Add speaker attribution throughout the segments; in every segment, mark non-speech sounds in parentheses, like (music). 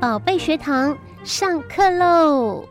Speaker 1: 宝贝学堂上课喽！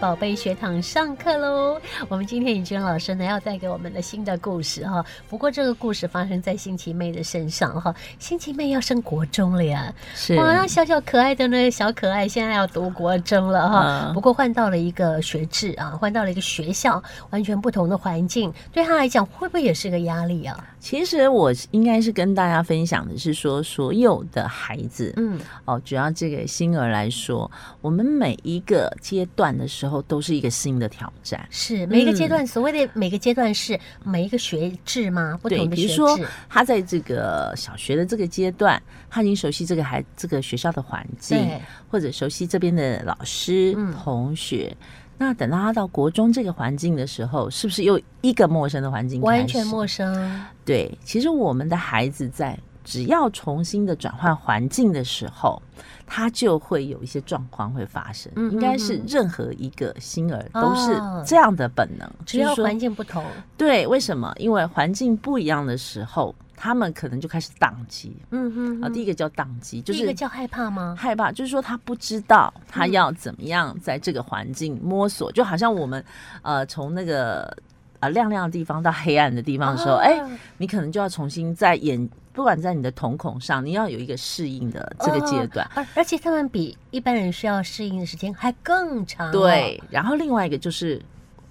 Speaker 1: 宝贝学堂上课喽！我们今天尹娟老师呢要带给我们的新的故事哈、不过这个故事发生在辛奇妹的身上哈、辛奇妹要升国中了呀，
Speaker 2: 是
Speaker 1: 哇，那小小可爱的呢小可爱现在要读国中了哈、
Speaker 2: 嗯
Speaker 1: 不过换到了一个学制啊，换到了一个学校，完全不同的环境，对他来讲会不会也是个压力啊？
Speaker 2: 其实我应该是跟大家分享的是说，所有的孩子，
Speaker 1: 嗯，
Speaker 2: 哦，主要这个星儿来说，我们每一个阶段的时候都是一个新的挑战。
Speaker 1: 是每一个阶
Speaker 2: 嗯
Speaker 1: 段、所谓的每个阶段是每一个学制吗？不
Speaker 2: 对，
Speaker 1: 同的
Speaker 2: 比
Speaker 1: 学
Speaker 2: 如说
Speaker 1: 制，
Speaker 2: 他在这个小学的这个阶段，他已经熟悉这个孩这个学校的环境，
Speaker 1: 对，
Speaker 2: 或者熟悉这边的老师、
Speaker 1: 嗯
Speaker 2: 同学。那等到他到国中这个环境的时候，是不是又一个陌生的环境？
Speaker 1: 完全陌生。
Speaker 2: 对，其实我们的孩子在只要重新的转换环境的时候，他就会有一些状况会发生。
Speaker 1: 嗯
Speaker 2: 应该是
Speaker 1: 嗯嗯
Speaker 2: 任何一个新儿都是
Speaker 1: 哦
Speaker 2: 这样的本能，
Speaker 1: 只
Speaker 2: 就是
Speaker 1: 要
Speaker 2: 说
Speaker 1: 环境不同，
Speaker 2: 对，为什么？因为环境不一样的时候，他们可能就开始宕机。
Speaker 1: 嗯哼
Speaker 2: 啊，第
Speaker 1: 哼，
Speaker 2: 一个叫宕机，就
Speaker 1: 第一
Speaker 2: 是
Speaker 1: 个叫害怕吗？
Speaker 2: 害怕，就是说他不知道他要怎么样在这个环境摸索，就好像我们呃从那个呃亮亮的地方到黑暗的地方的时候，
Speaker 1: 啊
Speaker 2: 哎、你可能就要重新在眼，不管在你的瞳孔上，你要有一个适应的这个阶段。
Speaker 1: 哦而而且他们比一般人需要适应的时间还更长、，啊
Speaker 2: 对，然后另外一个就是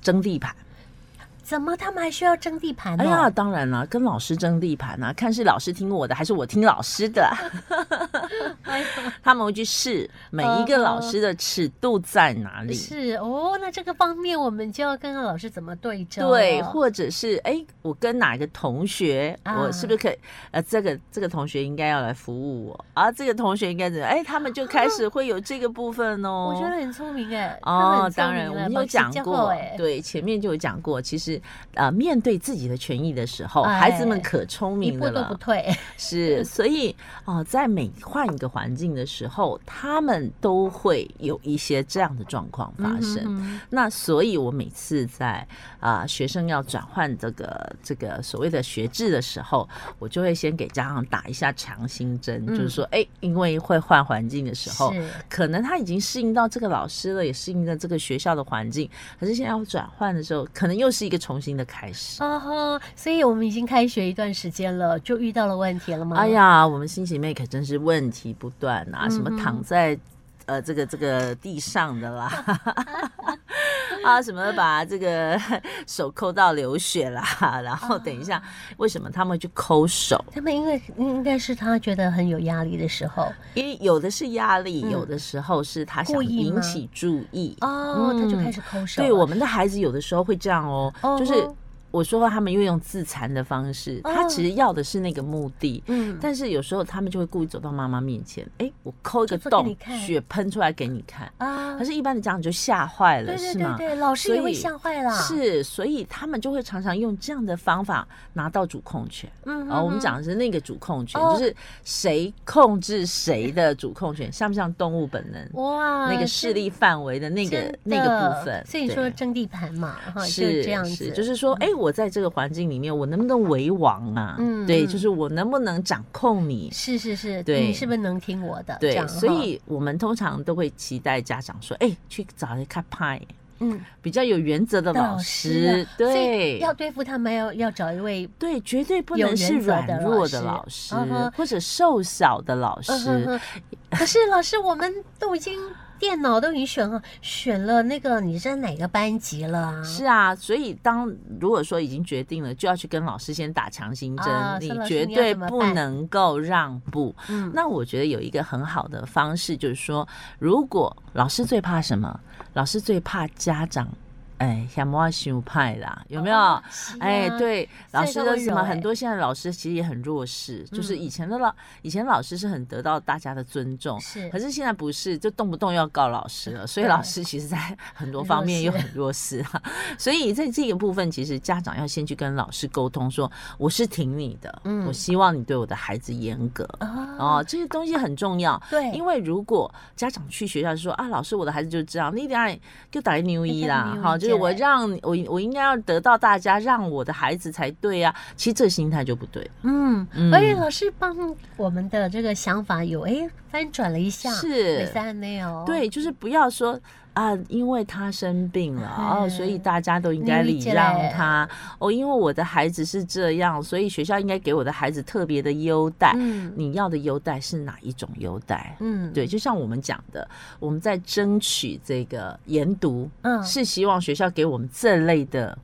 Speaker 2: 争地盘。
Speaker 1: 怎么他们还需要争地盘呢、
Speaker 2: 哎呀，当然啦，跟老师争地盘啊，看是老师听我的还是我听老师的，
Speaker 1: 哎呀，
Speaker 2: 他们会去试每一个老师的尺度在哪里。
Speaker 1: 是哦，那这个方面我们就要看看老师怎么对症。
Speaker 2: 对，或者是哎、我跟哪个同学，
Speaker 1: 啊
Speaker 2: 我是不是可以？呃，这个这个同学应该要来服务我啊，这个同学应该怎么样？哎、他们就开始会有这个部分哦。
Speaker 1: 哦我觉得很聪明哎、他们
Speaker 2: 哦
Speaker 1: 很，聪
Speaker 2: 当然，
Speaker 1: 明
Speaker 2: 我
Speaker 1: 哎
Speaker 2: 们
Speaker 1: 老
Speaker 2: 有
Speaker 1: 师
Speaker 2: 讲
Speaker 1: 教
Speaker 2: 过
Speaker 1: 哎，
Speaker 2: 对，前面就有讲过，其实呃，面对自己的权益的时候，
Speaker 1: 哎
Speaker 2: 孩子们可聪
Speaker 1: 一
Speaker 2: 明
Speaker 1: 步
Speaker 2: 的
Speaker 1: 都不嗯
Speaker 2: 了，
Speaker 1: 退。
Speaker 2: 是，所以哦、呃在每换一个环境的时候，他们都会有一些这样的状况
Speaker 1: (laughs)
Speaker 2: 发生。
Speaker 1: 嗯哼
Speaker 2: 那所以，我每次在啊、学生要转换这个这个所谓的学制的时候，我就会先给家长打一下强心针，
Speaker 1: 嗯
Speaker 2: 就是说，哎、因为会换环境的时候
Speaker 1: 是，
Speaker 2: 可能他已经适应到这个老师了，也适应了这个学校的环境，可是现在要转换的时候，可能又是一个重新的开始。
Speaker 1: 哦吼，所以我们已经开学一段时间了，就遇到了问题了吗？
Speaker 2: 哎，呀，我们新奇妹可真是问题不断啊！什么
Speaker 1: 嗯嗯哼
Speaker 2: 躺在呃这个这个地上的啦， (laughs) 啊，什么把这个手抠到流血啦， (laughs) 然后等一下，
Speaker 1: 嗯
Speaker 2: 为什么他们会去抠手？
Speaker 1: 他们因为应该是他觉得很有压力的时候，
Speaker 2: 因为有的是压力，
Speaker 1: 嗯
Speaker 2: 有的时候是他
Speaker 1: 故
Speaker 2: 想
Speaker 1: 意吗
Speaker 2: 引起注意。
Speaker 1: 哦，他就
Speaker 2: 嗯
Speaker 1: 开始抠手了。啊
Speaker 2: 对我们的孩子有的时候会这样哦，
Speaker 1: 哦
Speaker 2: 就是我说过他们会用自残的方式，他
Speaker 1: 哦
Speaker 2: 其实要的是那个目的，
Speaker 1: 嗯，
Speaker 2: 但是有时候他们就会故意走到妈妈面前，哎、我抠一个
Speaker 1: 就做给
Speaker 2: 洞
Speaker 1: 你，看
Speaker 2: 血喷出来给你看。
Speaker 1: 啊
Speaker 2: 可，是，一般的家长就吓坏了，
Speaker 1: 对对
Speaker 2: 是
Speaker 1: 对
Speaker 2: 吗？
Speaker 1: 对，老师也
Speaker 2: 所
Speaker 1: 会
Speaker 2: 以
Speaker 1: 吓坏啦。，
Speaker 2: 是，所以他们就会常常用这样的方法拿到主控权。
Speaker 1: 嗯，
Speaker 2: 哦，我
Speaker 1: 嗯
Speaker 2: 们讲的是那个主控权，
Speaker 1: 哦
Speaker 2: 就是谁控制谁的主控权，像不像动物本能？
Speaker 1: 哇，
Speaker 2: 那个势力范围的那
Speaker 1: 真
Speaker 2: 个
Speaker 1: 真
Speaker 2: 那个部
Speaker 1: 的
Speaker 2: 分，
Speaker 1: 所以
Speaker 2: 对
Speaker 1: 说争地盘嘛，哈，就是这样子，
Speaker 2: 是就是说，哎、我在这个环境里面，我能不能为王啊？
Speaker 1: 嗯
Speaker 2: 对，
Speaker 1: 嗯
Speaker 2: 就是我能不能掌控你？
Speaker 1: 是是是，
Speaker 2: 对
Speaker 1: 你是不是能听我的？这
Speaker 2: 对，
Speaker 1: 样
Speaker 2: 所
Speaker 1: 哈
Speaker 2: 以我们通常都会期待家长说：“哎、去找一看派
Speaker 1: 嗯，
Speaker 2: 比较有原则的老
Speaker 1: 啊
Speaker 2: 师。
Speaker 1: 所以
Speaker 2: 对，
Speaker 1: 要对付他们要要找一位
Speaker 2: 对，绝对不
Speaker 1: 有
Speaker 2: 能是
Speaker 1: 原则
Speaker 2: 软
Speaker 1: 的老
Speaker 2: 弱
Speaker 1: 师
Speaker 2: 的老师，
Speaker 1: 嗯哼
Speaker 2: 或者瘦小的老师。
Speaker 1: 嗯哼哼，可是老师，我们都已经电脑都已经选了选了那个你在哪个班级了啊？
Speaker 2: 是啊，所以当如果说已经决定了，就要去跟老师先打强心针，
Speaker 1: 啊
Speaker 2: 你
Speaker 1: 说老师
Speaker 2: 绝
Speaker 1: 你要
Speaker 2: 对
Speaker 1: 怎么
Speaker 2: 不
Speaker 1: 办
Speaker 2: 能够让步。
Speaker 1: 嗯
Speaker 2: 那我觉得有一个很好的方式，就是说，如果老师最怕什么？老师最怕家长，哎，想莫想派啦，有没有？
Speaker 1: 哦？是
Speaker 2: 哎，
Speaker 1: 啊，
Speaker 2: 对，
Speaker 1: 所以
Speaker 2: 老
Speaker 1: 他
Speaker 2: 师的
Speaker 1: 温
Speaker 2: 什
Speaker 1: 柔
Speaker 2: 么
Speaker 1: 哎
Speaker 2: 很多现在老师其实也很弱势，就是
Speaker 1: 嗯
Speaker 2: 以前的老以前老师是很得到大家的尊重，
Speaker 1: 是
Speaker 2: 可是现在不是，就动不动要告老师了，所以
Speaker 1: 对
Speaker 2: 老师其实在很多
Speaker 1: 很
Speaker 2: 方
Speaker 1: 弱
Speaker 2: 面又
Speaker 1: 势
Speaker 2: 很弱势啊。 (laughs) 所以在这个部分，其实家长要先去跟老师沟通说，我是挺你的，
Speaker 1: 嗯
Speaker 2: 我希望你对我的孩子严格。
Speaker 1: 哦
Speaker 2: 哦，，这些东西很重要，
Speaker 1: 对，
Speaker 2: 因为如果家长去学校就说啊，老师我的孩子就是这样，你等下就打牛一啦，
Speaker 1: 你等下
Speaker 2: 哈，
Speaker 1: 就
Speaker 2: 就是我让我我应该要得到大家让我的孩子才对啊。其实这心态就不对，
Speaker 1: 嗯，
Speaker 2: 嗯
Speaker 1: 而且老师帮我们的这个想法有哎翻转了一下，
Speaker 2: 是
Speaker 1: 美三内哦，，
Speaker 2: 对，就是不要说啊，因为他生病了哦，所以
Speaker 1: 嗯
Speaker 2: 大家都应
Speaker 1: 你
Speaker 2: 该
Speaker 1: 理
Speaker 2: 礼
Speaker 1: 解
Speaker 2: 让
Speaker 1: 嘞
Speaker 2: 他哦，因为我的孩子是这样，所以学校应该给我的孩子特别的优待。
Speaker 1: 嗯
Speaker 2: 你要的优待是哪一种优待？
Speaker 1: 嗯，
Speaker 2: 对，就像我们讲的，我们在争取这个研读，
Speaker 1: 嗯
Speaker 2: 是希望学校给我们这类的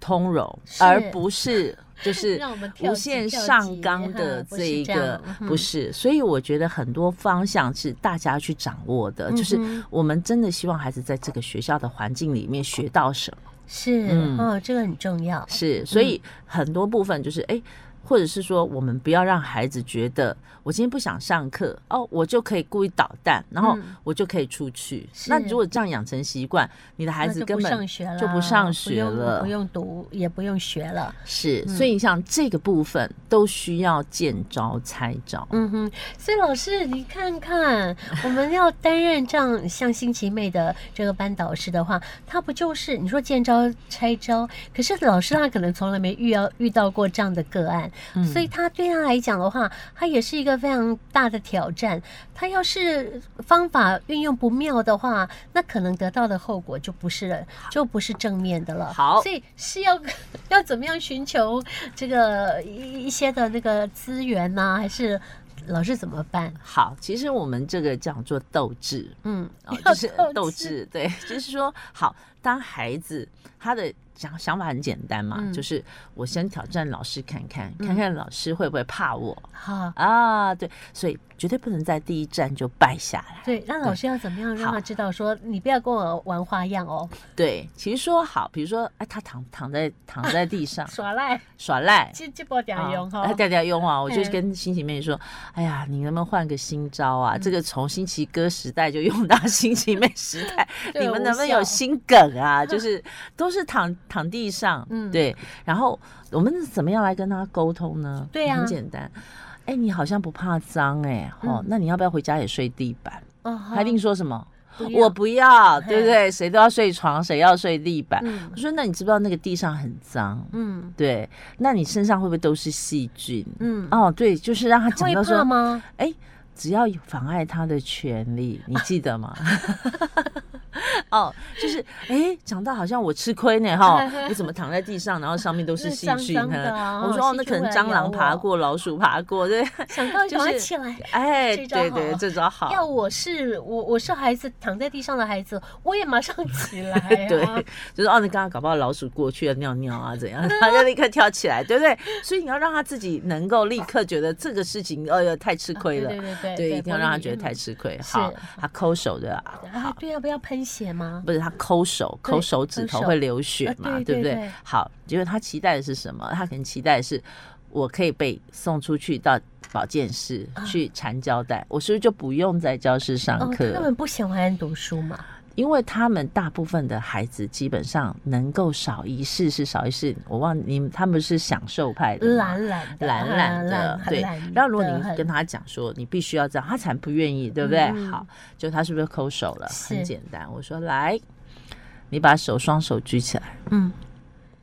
Speaker 2: 通融，
Speaker 1: 是
Speaker 2: 而不是
Speaker 1: (laughs)
Speaker 2: 就是
Speaker 1: 让我们跳
Speaker 2: 无
Speaker 1: 级
Speaker 2: 限
Speaker 1: 跳
Speaker 2: 上
Speaker 1: 级
Speaker 2: 纲
Speaker 1: 哈
Speaker 2: 的
Speaker 1: 不
Speaker 2: 这
Speaker 1: 是
Speaker 2: 一
Speaker 1: 这
Speaker 2: 个
Speaker 1: 样嗯
Speaker 2: 不是。所以我觉得很多方向是大家去掌握的，就是
Speaker 1: 嗯哼
Speaker 2: 我们真的希望孩子在这个学校的环境里面学到什么。
Speaker 1: 是
Speaker 2: 嗯
Speaker 1: 哦，这个很重要，
Speaker 2: 是，所以
Speaker 1: 嗯
Speaker 2: 很多部分就是哎。诶或者是说，我们不要让孩子觉得我今天不想上课哦，我就可以故意捣蛋，然后
Speaker 1: 嗯
Speaker 2: 我就可以出去。
Speaker 1: 是
Speaker 2: 那如果这样养成习惯，你的孩
Speaker 1: 那
Speaker 2: 子
Speaker 1: 就
Speaker 2: 根
Speaker 1: 不
Speaker 2: 本
Speaker 1: 上学了，
Speaker 2: 就不上学
Speaker 1: 用
Speaker 2: 了嗯
Speaker 1: 不用嗯读，也不用学了。
Speaker 2: 是。所以像这个部分都需要见招拆招。
Speaker 1: 嗯哼，所以老师，你看看，我们要担任这样像新奇妹的这个班导师的话，他不就是你说见招拆招？可是老师他可能从来没遇到遇到过这样的个案，
Speaker 2: 嗯
Speaker 1: 所以他对他来讲的话，他也是一个非常大的挑战。他要是方法运用不妙的话，那可能得到的后果就不是就不是正面的了。
Speaker 2: 好
Speaker 1: 所以是要 (laughs) 要怎么样寻求这个一一些的那个资源呢、还是老师怎么办？
Speaker 2: 好，其实我们这个叫做斗志，
Speaker 1: 嗯，
Speaker 2: 哦，
Speaker 1: 要
Speaker 2: 就是斗
Speaker 1: 斗
Speaker 2: 志，对，就是说，好，当孩子他的想想法很简单嘛，
Speaker 1: 嗯
Speaker 2: 就是我先挑战老师看看，
Speaker 1: 嗯
Speaker 2: 看看老师会不会怕我
Speaker 1: 好，
Speaker 2: 啊？对，所以绝对不能在第一站就败下来。
Speaker 1: 对，那老师要怎么样让
Speaker 2: 好
Speaker 1: 他知道说你不要跟我玩花样哦，
Speaker 2: 对，其实说好，比如说，哎，他躺躺在躺在地
Speaker 1: (laughs)
Speaker 2: 上
Speaker 1: 耍赖，
Speaker 2: 耍赖。
Speaker 1: 这这波点用哦哈
Speaker 2: 啊，大家用啊！我就
Speaker 1: 嗯
Speaker 2: 跟新奇妹说：“哎呀，你能不能换个新招啊？
Speaker 1: 嗯
Speaker 2: 这个从新奇哥时代就用到新奇妹时代，
Speaker 1: (laughs) 对
Speaker 2: 你们
Speaker 1: 无
Speaker 2: 能不能有
Speaker 1: 效
Speaker 2: 新梗啊？就是都是躺躺地上，
Speaker 1: 嗯
Speaker 2: 对。然后我们怎么样来跟他沟通呢？
Speaker 1: 对啊
Speaker 2: 很简单。哎，你好像不怕脏哎、哦
Speaker 1: 嗯，
Speaker 2: 那你要不要回家也睡地板？
Speaker 1: 哦，
Speaker 2: 他一定说什么？
Speaker 1: 不要
Speaker 2: 我不要，对不
Speaker 1: 嘿
Speaker 2: 对？谁都要睡床，谁要睡地板？
Speaker 1: 嗯
Speaker 2: 我说，那你知不知道那个地上很脏？
Speaker 1: 嗯
Speaker 2: 对，那你身上会不会都是细菌？
Speaker 1: 嗯，
Speaker 2: 哦，对，就是让他
Speaker 1: 他
Speaker 2: 讲
Speaker 1: 会
Speaker 2: 到
Speaker 1: 怕
Speaker 2: 说，
Speaker 1: 吗？
Speaker 2: 哎，只要有妨碍他的权利，你记得
Speaker 1: (laughs)
Speaker 2: 吗？哦，就是哎，讲到好像我吃亏呢哈，我怎么躺在地上，然后上面都是
Speaker 1: 是
Speaker 2: 细
Speaker 1: 脏
Speaker 2: 菌
Speaker 1: 脏
Speaker 2: 呢？
Speaker 1: 的啊
Speaker 2: 我
Speaker 1: 哦
Speaker 2: 说哦，
Speaker 1: 细
Speaker 2: 那
Speaker 1: 菌
Speaker 2: 可能
Speaker 1: 会来
Speaker 2: 蟑螂
Speaker 1: 咬
Speaker 2: 爬
Speaker 1: 我
Speaker 2: 过，老鼠爬过，对， (laughs)
Speaker 1: 想到
Speaker 2: 就
Speaker 1: 赶快
Speaker 2: 是啊
Speaker 1: 起来。
Speaker 2: 哎，
Speaker 1: 这招
Speaker 2: 对对，
Speaker 1: 好
Speaker 2: 这招好，
Speaker 1: 要我是我我是孩子躺在地上的孩子，我也马上起来、
Speaker 2: (laughs)。
Speaker 1: 啊
Speaker 2: 对，就是哦，你刚刚搞不好老鼠过去了尿尿啊，
Speaker 1: (laughs)
Speaker 2: 怎样，它就立刻跳起来，对不对？所以你要让他自己能够立刻觉得这个事情，哎呦，太吃亏
Speaker 1: 哦
Speaker 2: 了
Speaker 1: 对。对对
Speaker 2: 对，一定要让他觉得太
Speaker 1: 是
Speaker 2: 吃亏。
Speaker 1: 是
Speaker 2: 好，他抠手的啊，
Speaker 1: 啊，对啊，不要喷血吗？
Speaker 2: 不是他抠手，
Speaker 1: 对
Speaker 2: 抠手指头
Speaker 1: 抠手
Speaker 2: 会流血
Speaker 1: 啊
Speaker 2: 嘛，
Speaker 1: 对
Speaker 2: 对不
Speaker 1: 对
Speaker 2: 对
Speaker 1: 对？
Speaker 2: 好，结果他期待的是什么？他可能期待的是，我可以被送出去到保健室
Speaker 1: 啊
Speaker 2: 去缠胶带，我是不是就不用在教室上
Speaker 1: 哦，
Speaker 2: 课？
Speaker 1: 他们不喜欢读书嘛？
Speaker 2: 因为他们大部分的孩子基本上能够少一事是少一事，我忘你们他们是享受派的嘛，
Speaker 1: 懒懒的，啊
Speaker 2: 懒懒的，对。然后如果你跟
Speaker 1: 他
Speaker 2: 他讲说你必须要这样，他才不愿意，对不对？
Speaker 1: 嗯
Speaker 2: 好，就他是不是抠手了？
Speaker 1: 是
Speaker 2: 很简单，我说来，你把手双手举起来，
Speaker 1: 嗯，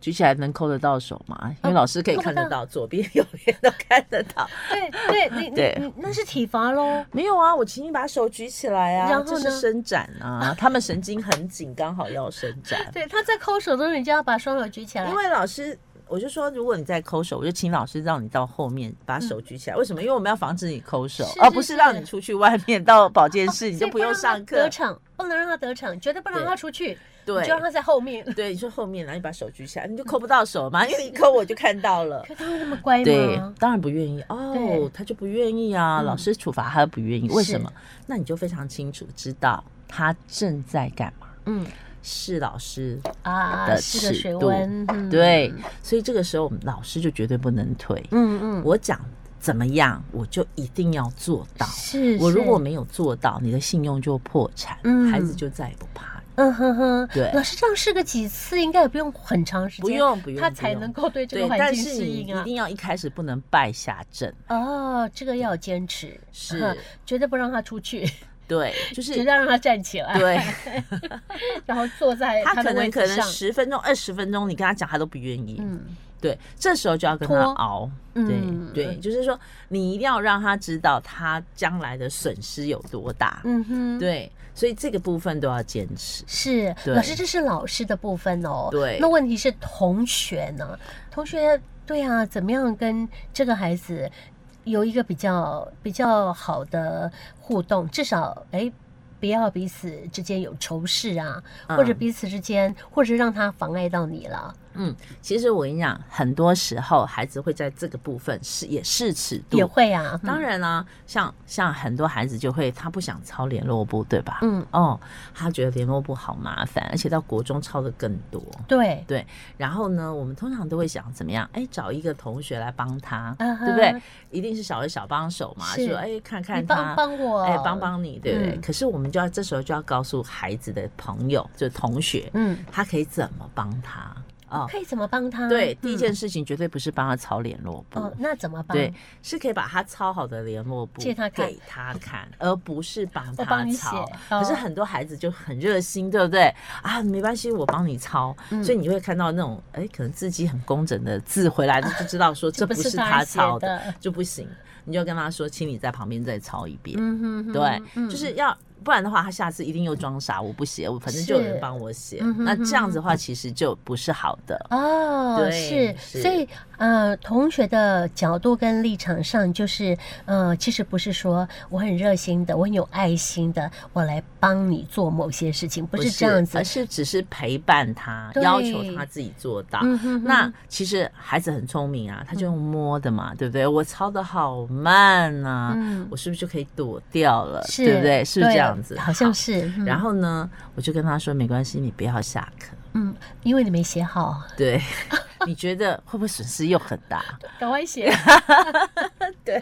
Speaker 2: 举起来能抠得到手吗？因为
Speaker 1: 哦
Speaker 2: 老师可以
Speaker 1: 抠不
Speaker 2: 看得
Speaker 1: 到
Speaker 2: 到，左边右边都看得到。
Speaker 1: 对对，你
Speaker 2: 对
Speaker 1: 你你那是体罚喽。
Speaker 2: 没有啊，我请你把手举起来啊，
Speaker 1: 然后呢
Speaker 2: 这是伸展啊，他们神经很紧，刚好要伸展。
Speaker 1: 对，他在抠手的时候，你就要把双手举起来
Speaker 2: 因。为老师，我就说，如果你在抠手，我就请老师让你到后面把手举起来。为什么？因为我们要防止你抠手，
Speaker 1: 是
Speaker 2: 而
Speaker 1: 是
Speaker 2: 不嗯是
Speaker 1: 是
Speaker 2: 让你出去外面到保健室，你
Speaker 1: 所
Speaker 2: 就
Speaker 1: 以
Speaker 2: 不用
Speaker 1: 让他
Speaker 2: 上
Speaker 1: 得
Speaker 2: 课。
Speaker 1: 逞，不能让他得逞，绝对不能让
Speaker 2: 对
Speaker 1: 他出去，你
Speaker 2: 对
Speaker 1: 就让他在后面。
Speaker 2: 对，你说后面，然后你把手举起来，你就抠不到手嘛，因为你抠我就看到了。
Speaker 1: 可他会那么乖
Speaker 2: 对
Speaker 1: 吗，？
Speaker 2: 当然不愿意哦
Speaker 1: 对，
Speaker 2: 他就不愿意啊。
Speaker 1: 嗯
Speaker 2: 老师处罚他不愿意，为什
Speaker 1: 是
Speaker 2: 么？那你就非常清楚知道他正在干嘛，
Speaker 1: 嗯
Speaker 2: 是老师
Speaker 1: 啊，
Speaker 2: 的
Speaker 1: 是个
Speaker 2: 尺
Speaker 1: 水
Speaker 2: 度
Speaker 1: 温，嗯
Speaker 2: 对，所以这个时候我们老师就绝对不能退。
Speaker 1: 嗯嗯，
Speaker 2: 我讲怎么样，我就一定要做到。
Speaker 1: 是
Speaker 2: 我如果
Speaker 1: 是
Speaker 2: 没有做到，你的信用就破产，
Speaker 1: 嗯
Speaker 2: 孩子就再也不怕你。
Speaker 1: 嗯哼哼，
Speaker 2: 对
Speaker 1: 老师这样试个几次，应该也不用很长时间，
Speaker 2: 不用不用
Speaker 1: 他
Speaker 2: 不
Speaker 1: 才
Speaker 2: 用
Speaker 1: 能够 (laughs) 对这
Speaker 2: 对
Speaker 1: 个，环
Speaker 2: 但
Speaker 1: 境
Speaker 2: 是
Speaker 1: 适
Speaker 2: 你
Speaker 1: 应
Speaker 2: 一
Speaker 1: 啊。
Speaker 2: 定要一开始不能败下阵，
Speaker 1: 哦，这个要有坚持，
Speaker 2: 是
Speaker 1: 哼绝对不让他出去。
Speaker 2: 对，
Speaker 1: (laughs)
Speaker 2: 就
Speaker 1: 只
Speaker 2: 是。
Speaker 1: 要让他站起来， (laughs)
Speaker 2: 对，
Speaker 1: 然后坐在
Speaker 2: 他可
Speaker 1: 的
Speaker 2: 能
Speaker 1: 位
Speaker 2: 可
Speaker 1: 置
Speaker 2: 能
Speaker 1: 上，
Speaker 2: 十分钟、二十分钟，你跟他讲，他都不愿意。
Speaker 1: 嗯，
Speaker 2: 对，这时候就要跟他
Speaker 1: 拖
Speaker 2: 熬。对
Speaker 1: 嗯
Speaker 2: 对，，就是说，你一定要让他知道他将来的损失有多大。
Speaker 1: 嗯哼，。
Speaker 2: 对，所以这个部分都要坚持。
Speaker 1: 是，
Speaker 2: 对
Speaker 1: 老师，这是老师的部分哦。
Speaker 2: 对
Speaker 1: 那问题是同学呢？同学，对啊，怎么样跟这个孩子有一个比较比较好的互动？至少，哎，不要彼此之间有仇视啊，或者
Speaker 2: 嗯
Speaker 1: 彼此之间，或者让他妨碍到你了，
Speaker 2: 嗯，其实我跟你讲，很多时候孩子会在这个部分是也是尺度。嗯
Speaker 1: 也会啊。
Speaker 2: 当然啦、像像很多孩子就会他不想抄联络簿，对吧？
Speaker 1: 嗯，嗯，
Speaker 2: 哦，他觉得联络簿好麻烦，而且到国中抄的更多。
Speaker 1: 对，
Speaker 2: 然后呢，我们通常都会想怎么样？哎，找一个同学来帮他，
Speaker 1: 嗯哼
Speaker 2: 对不对？一定是小的小帮手嘛，
Speaker 1: 是
Speaker 2: 说哎，看
Speaker 1: 你
Speaker 2: 看他
Speaker 1: 帮，帮我，
Speaker 2: 哎，帮，帮你，对不对？
Speaker 1: 嗯
Speaker 2: 可是我们就要这时候就要告诉孩子的朋友，就同学，
Speaker 1: 嗯，
Speaker 2: 他可以怎么帮他哦。
Speaker 1: 可以怎么帮他？
Speaker 2: 对，第一
Speaker 1: 嗯
Speaker 2: 件事情绝对不是帮他抄联络簿，
Speaker 1: 哦，那怎么帮？
Speaker 2: 对，是可以把他抄好的联络簿
Speaker 1: 借他看
Speaker 2: 给他看，而不是帮
Speaker 1: 我帮
Speaker 2: 他
Speaker 1: 你写
Speaker 2: 抄。
Speaker 1: 哦
Speaker 2: 可是很多孩子就很热心，对不对？啊，没关系，我帮你抄。
Speaker 1: 嗯
Speaker 2: 所以你会看到那种，哎，可能字迹很工整的字回来，就知道说这
Speaker 1: 啊这
Speaker 2: 不
Speaker 1: 不
Speaker 2: 是
Speaker 1: 是
Speaker 2: 他
Speaker 1: 他
Speaker 2: 抄
Speaker 1: 抄
Speaker 2: 的，
Speaker 1: 的。
Speaker 2: 就不行。你就跟他说，请你在旁边再抄一遍。
Speaker 1: 嗯哼哼，
Speaker 2: 对，
Speaker 1: 嗯
Speaker 2: 就是要不然的话，他下次一定又装傻，我不写，我反正就有人
Speaker 1: 是
Speaker 2: 帮我写
Speaker 1: 嗯。哼
Speaker 2: 那
Speaker 1: 哼
Speaker 2: 这样子的话，其实就不是好的。
Speaker 1: 哦，
Speaker 2: 对
Speaker 1: 是，
Speaker 2: 是
Speaker 1: 所以呃，同学的角度跟立场上，就是呃，其实不是说我很热心的，我很有爱心的，我来帮你做某些事情，不是这样子
Speaker 2: 而。是只是陪伴他，
Speaker 1: 对
Speaker 2: 要求他自己做到。
Speaker 1: 嗯哼哼
Speaker 2: 那其实孩子很聪明啊，他就用摸的嘛，对不对？我抄的好慢啊，
Speaker 1: 嗯
Speaker 2: 我是不是就可以躲掉了？
Speaker 1: 是，
Speaker 2: 对不对？是不是这样子？
Speaker 1: 好像
Speaker 2: 好。
Speaker 1: 是。嗯
Speaker 2: 然后呢，我就跟他说，没关系，你不要下课。
Speaker 1: 嗯，因为你没写好， (laughs)
Speaker 2: 对，你觉得会不会损失又很大？
Speaker 1: 赶快写。
Speaker 2: (laughs) 对，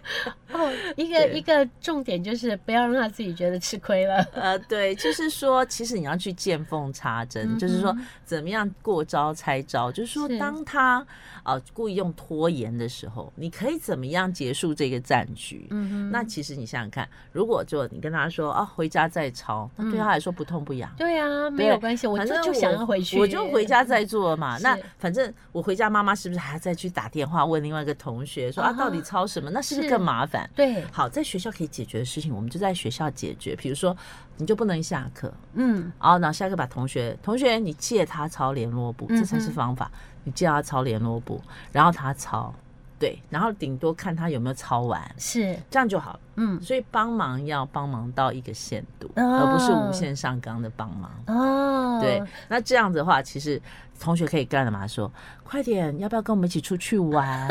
Speaker 1: (laughs) 哦，一个
Speaker 2: 对
Speaker 1: 一个重点就是不要让他自己觉得吃亏了。
Speaker 2: 呃，对，就是说，其实你要去见缝插针，就是说
Speaker 1: 嗯哼
Speaker 2: 怎么样过招拆招，就是说
Speaker 1: 是
Speaker 2: 当他啊、呃故意用拖延的时候，你可以怎么样结束这个战局？
Speaker 1: 嗯哼，
Speaker 2: 那其实你想想看，如果就你跟他说啊，回家再抄，那对他来说不痛不痒。
Speaker 1: 对啊，没
Speaker 2: 对
Speaker 1: 有关系，嗯我
Speaker 2: 反
Speaker 1: 就
Speaker 2: 正
Speaker 1: 就想要回去，
Speaker 2: 我就回。家再做了
Speaker 1: (laughs)
Speaker 2: 嘛。
Speaker 1: 是
Speaker 2: 那反正我回家，妈妈是不是还要再去打电话问另外一个同学说啊，
Speaker 1: 啊哈
Speaker 2: 到底抄什么？那是不是
Speaker 1: 是
Speaker 2: 更麻烦？
Speaker 1: 对，
Speaker 2: 好，在学校可以解决的事情，我们就在学校解决。比如说，你就不能下课，
Speaker 1: 嗯，
Speaker 2: 然后然后下课把同学同学你借他抄联络簿，这才
Speaker 1: 嗯
Speaker 2: 是
Speaker 1: 哼
Speaker 2: 方法。你借他抄联络簿，然后他抄，对，然后顶多看他有没有抄完，
Speaker 1: 是，
Speaker 2: 这样就好了。
Speaker 1: 嗯。
Speaker 2: 所以帮忙要帮忙到一个限度，
Speaker 1: 哦
Speaker 2: 而不是无限上纲的帮忙。
Speaker 1: 哦，
Speaker 2: 对，那这样子的话，其实同学可以干嘛说？快点，要不要跟我们一起出
Speaker 1: (laughs)
Speaker 2: 去玩？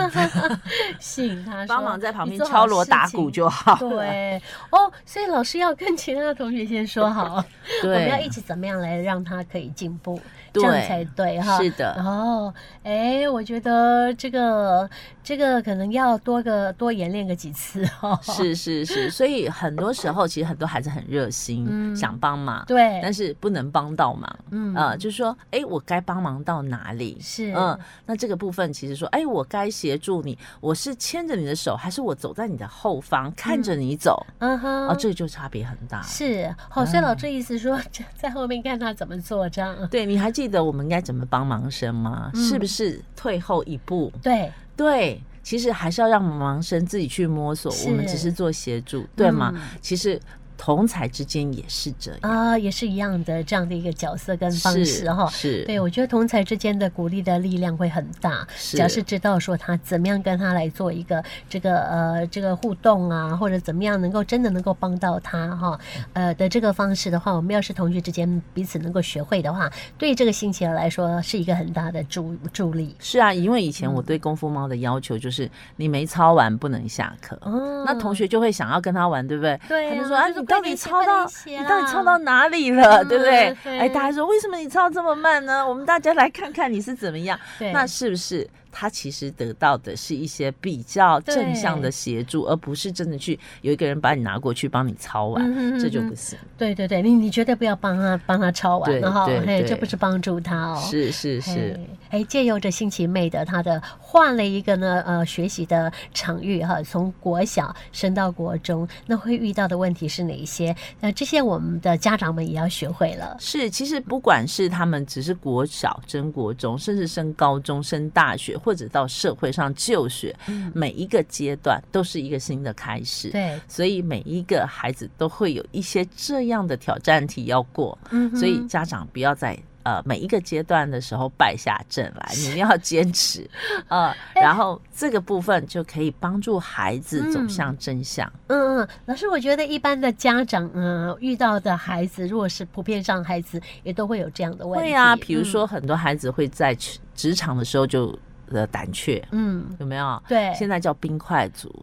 Speaker 1: 吸引他说
Speaker 2: 帮忙在旁
Speaker 1: 你
Speaker 2: 边
Speaker 1: 做好
Speaker 2: 敲锣打
Speaker 1: 事情
Speaker 2: 鼓就好了。
Speaker 1: 对哦，所以老师要跟其他的同学先说
Speaker 2: (laughs)
Speaker 1: 好，我
Speaker 2: 对，
Speaker 1: 们要一起怎么样来让他可以进步，这
Speaker 2: 对
Speaker 1: 样才对哈。
Speaker 2: 是的，
Speaker 1: 哦，哎，我觉得这个这个可能要多个多演练个几次哦。，
Speaker 2: (laughs) 是是是，所以很多时候其实很多孩子很热心，
Speaker 1: 嗯
Speaker 2: 想帮忙，
Speaker 1: 对，
Speaker 2: 但是不能帮到忙。
Speaker 1: 嗯
Speaker 2: 呃，就是说，哎，我该帮忙到哪里？
Speaker 1: 是
Speaker 2: 嗯，那这个部分其实说，哎，我该协助你，我是牵着你的手，还是我走在你的后方看着你走？
Speaker 1: 嗯哼，
Speaker 2: 啊，这个嗯就差别很大。
Speaker 1: 是好，所以老师意思说 (laughs) 在后面看他怎么做这样。
Speaker 2: 对，你还记得我们应该怎么帮忙生吗？
Speaker 1: 嗯
Speaker 2: 是不是退后一步？
Speaker 1: 对，
Speaker 2: 对，其实还是要让盲生自己去摸索，我们
Speaker 1: 是
Speaker 2: 只是做协助，对吗？
Speaker 1: 嗯
Speaker 2: 其实同才之间也是这样。
Speaker 1: 啊，也是一样的这样的一个角色跟方
Speaker 2: 是
Speaker 1: 式哈。
Speaker 2: 是，
Speaker 1: 对，我觉得同才之间的鼓励的力量会很大。
Speaker 2: 是
Speaker 1: 只要是知道说他怎么样跟他来做一个这个呃这个互动啊，或者怎么样能够真的能够帮到他哈，呃的这个方式的话，我们要是同学之间彼此能够学会的话，对这个心情来说是一个很大的助助力。
Speaker 2: 是啊，因为以前我
Speaker 1: 嗯
Speaker 2: 对功夫猫的要求就是，你没抄完不能下课。
Speaker 1: 哦，
Speaker 2: 那同学就会想要跟他玩，对不对？
Speaker 1: 对啊
Speaker 2: 他就说：“啊，
Speaker 1: 就是
Speaker 2: 你
Speaker 1: 快
Speaker 2: 到
Speaker 1: 点
Speaker 2: 底
Speaker 1: 写
Speaker 2: 抄
Speaker 1: 快点
Speaker 2: 到
Speaker 1: 写
Speaker 2: 你到底
Speaker 1: 啦
Speaker 2: 抄到哪里了，
Speaker 1: 嗯
Speaker 2: 对不对？”
Speaker 1: 对
Speaker 2: 哎，大家说：“为什么你抄这么慢呢？”我们大家来看看你是怎么样。
Speaker 1: 对，
Speaker 2: 那是不是他其实得到的是一些比较正向的协助，而不是真的去有一个人把你拿过去帮你抄
Speaker 1: 嗯
Speaker 2: 完，
Speaker 1: 哼嗯哼
Speaker 2: 这就不行。
Speaker 1: 对对对，你你绝对不要帮他帮他抄完
Speaker 2: 对
Speaker 1: 了哈，
Speaker 2: 对
Speaker 1: 嘿，
Speaker 2: 对
Speaker 1: 这不是帮助他哦。
Speaker 2: 是是是，
Speaker 1: 嘿，哎，借由着新奇妹的她的换了一个呢，呃，学习的场域哈，从国小升到国中，那会遇到的问题是哪一些？那这些我们的家长们也要学会了。
Speaker 2: 是，其实不管是他们只是国小升国中，甚至升高中、升大学，或者到社会上就学，
Speaker 1: 嗯
Speaker 2: 每一个阶段都是一个新的开始。
Speaker 1: 对，
Speaker 2: 所以每一个孩子都会有一些这样的挑战题要过，
Speaker 1: 嗯哼，
Speaker 2: 所以家长不要在呃每一个阶段的时候败下阵来，你
Speaker 1: (laughs)
Speaker 2: 们要坚持，呃，
Speaker 1: 哎
Speaker 2: 然后这个部分就可以帮助孩子走
Speaker 1: 嗯
Speaker 2: 向真相。
Speaker 1: 嗯嗯，老师，我觉得一般的家长，嗯、遇到的孩子，如果是普遍上孩子，也都会有这样的问题。
Speaker 2: 会啊，比如
Speaker 1: 嗯，
Speaker 2: 说很多孩子会在职职场的时候就呃胆怯，
Speaker 1: 嗯，
Speaker 2: 有没有？ (laughs)
Speaker 1: 对， (laughs)
Speaker 2: 现在叫冰块族，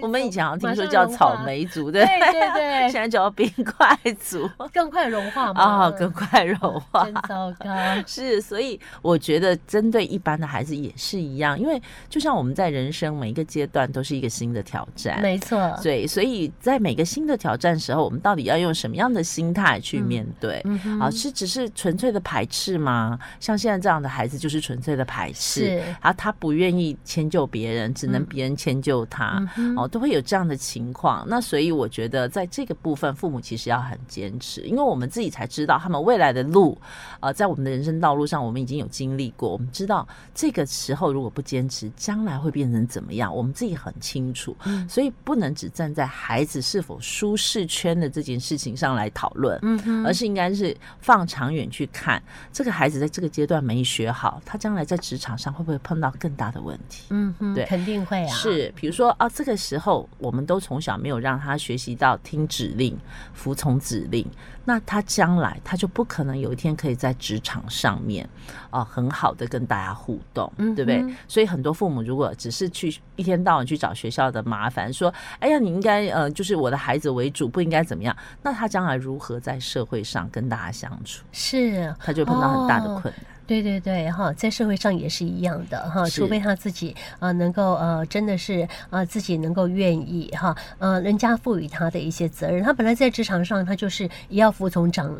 Speaker 2: 我们以前好像听说
Speaker 1: 哎马上
Speaker 2: 叫
Speaker 1: 融
Speaker 2: 草
Speaker 1: 化，
Speaker 2: 莓族，对
Speaker 1: 对
Speaker 2: 不对
Speaker 1: 对对，
Speaker 2: 现在叫冰块
Speaker 1: (laughs)
Speaker 2: 族
Speaker 1: 更快融化嘛，
Speaker 2: 啊，更快融化
Speaker 1: 真。糟糕，
Speaker 2: (laughs) 是，所以我觉得针对一般的孩子也是一样，因为就像我们在人生每一个阶段都是一个新的挑战，
Speaker 1: 没错，
Speaker 2: 对， (laughs) 所以在每个新的挑战时候，我们到底要用什么样的心态去面对？
Speaker 1: 嗯哼
Speaker 2: 啊，是只是纯粹的排斥吗？像现在这样的孩子就是纯粹的排斥，
Speaker 1: 是
Speaker 2: 啊，他不愿意迁就别人，只能
Speaker 1: 嗯
Speaker 2: 别人迁就他。
Speaker 1: 嗯哼
Speaker 2: 哦，都会有这样的情况。那所以我觉得，在这个部分，父母其实要很坚持，因为我们自己才知道他们未来的路，呃，在我们的人生道路上，我们已经有经历过，我们知道这个时候如果不坚持，将来会变成怎么样，我们自己很清楚。
Speaker 1: 嗯
Speaker 2: 所以不能只站在孩子是否舒适圈的这件事情上来讨论。
Speaker 1: 嗯哼，
Speaker 2: 而是应该是放长远去看，这个孩子在这个阶段没学好，他将来在职场上会不会碰到更大的问题？
Speaker 1: 嗯哼，
Speaker 2: 对
Speaker 1: 肯定会啊，，
Speaker 2: 是，比如说啊，这个时候我们都从小没有让他学习到听指令、服从指令，那他将来他就不可能有一天可以在职场上面啊、很好的跟大家互动，
Speaker 1: 嗯
Speaker 2: 对不对
Speaker 1: 哼？
Speaker 2: 所以很多父母如果只是去一天到晚去找学校的麻烦，说哎呀，你应该呃就是我的孩子为主，不应该怎么样，那他将来如何在社会上跟大家相处，
Speaker 1: 是，
Speaker 2: 他就碰到很大的
Speaker 1: 哦
Speaker 2: 困难。
Speaker 1: 对对对，哈，在社会上也是一样的哈，
Speaker 2: 是
Speaker 1: 除非他自己啊、呃能够呃真的是啊、呃自己能够愿意哈，呃人家赋予他的一些责任，他本来在职场上他就是也要服从长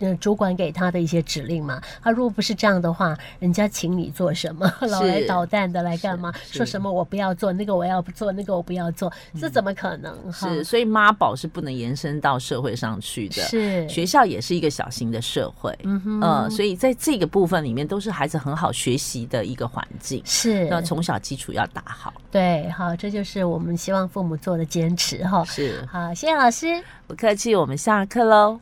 Speaker 1: 呃主管给他的一些指令嘛，他如果不是这样的话，人家请你做什么， (laughs) 老来捣蛋的来干嘛？
Speaker 2: 是嗯
Speaker 1: 说什么我不要做那个我要做那个我不要做，这怎么可能哈？
Speaker 2: 是，所以妈宝是不能延伸到社会上去的。
Speaker 1: 是，
Speaker 2: 学校也是一个小型的社会，
Speaker 1: 嗯哼，
Speaker 2: 呃，所以在这个部分里面，都是孩子很好学习的一个环境。
Speaker 1: 是
Speaker 2: 那从小基础要打好，
Speaker 1: 对，好，这就是我们希望父母做的坚持哈。
Speaker 2: 是
Speaker 1: 好，谢谢老师。
Speaker 2: 不客气，我们下课喽。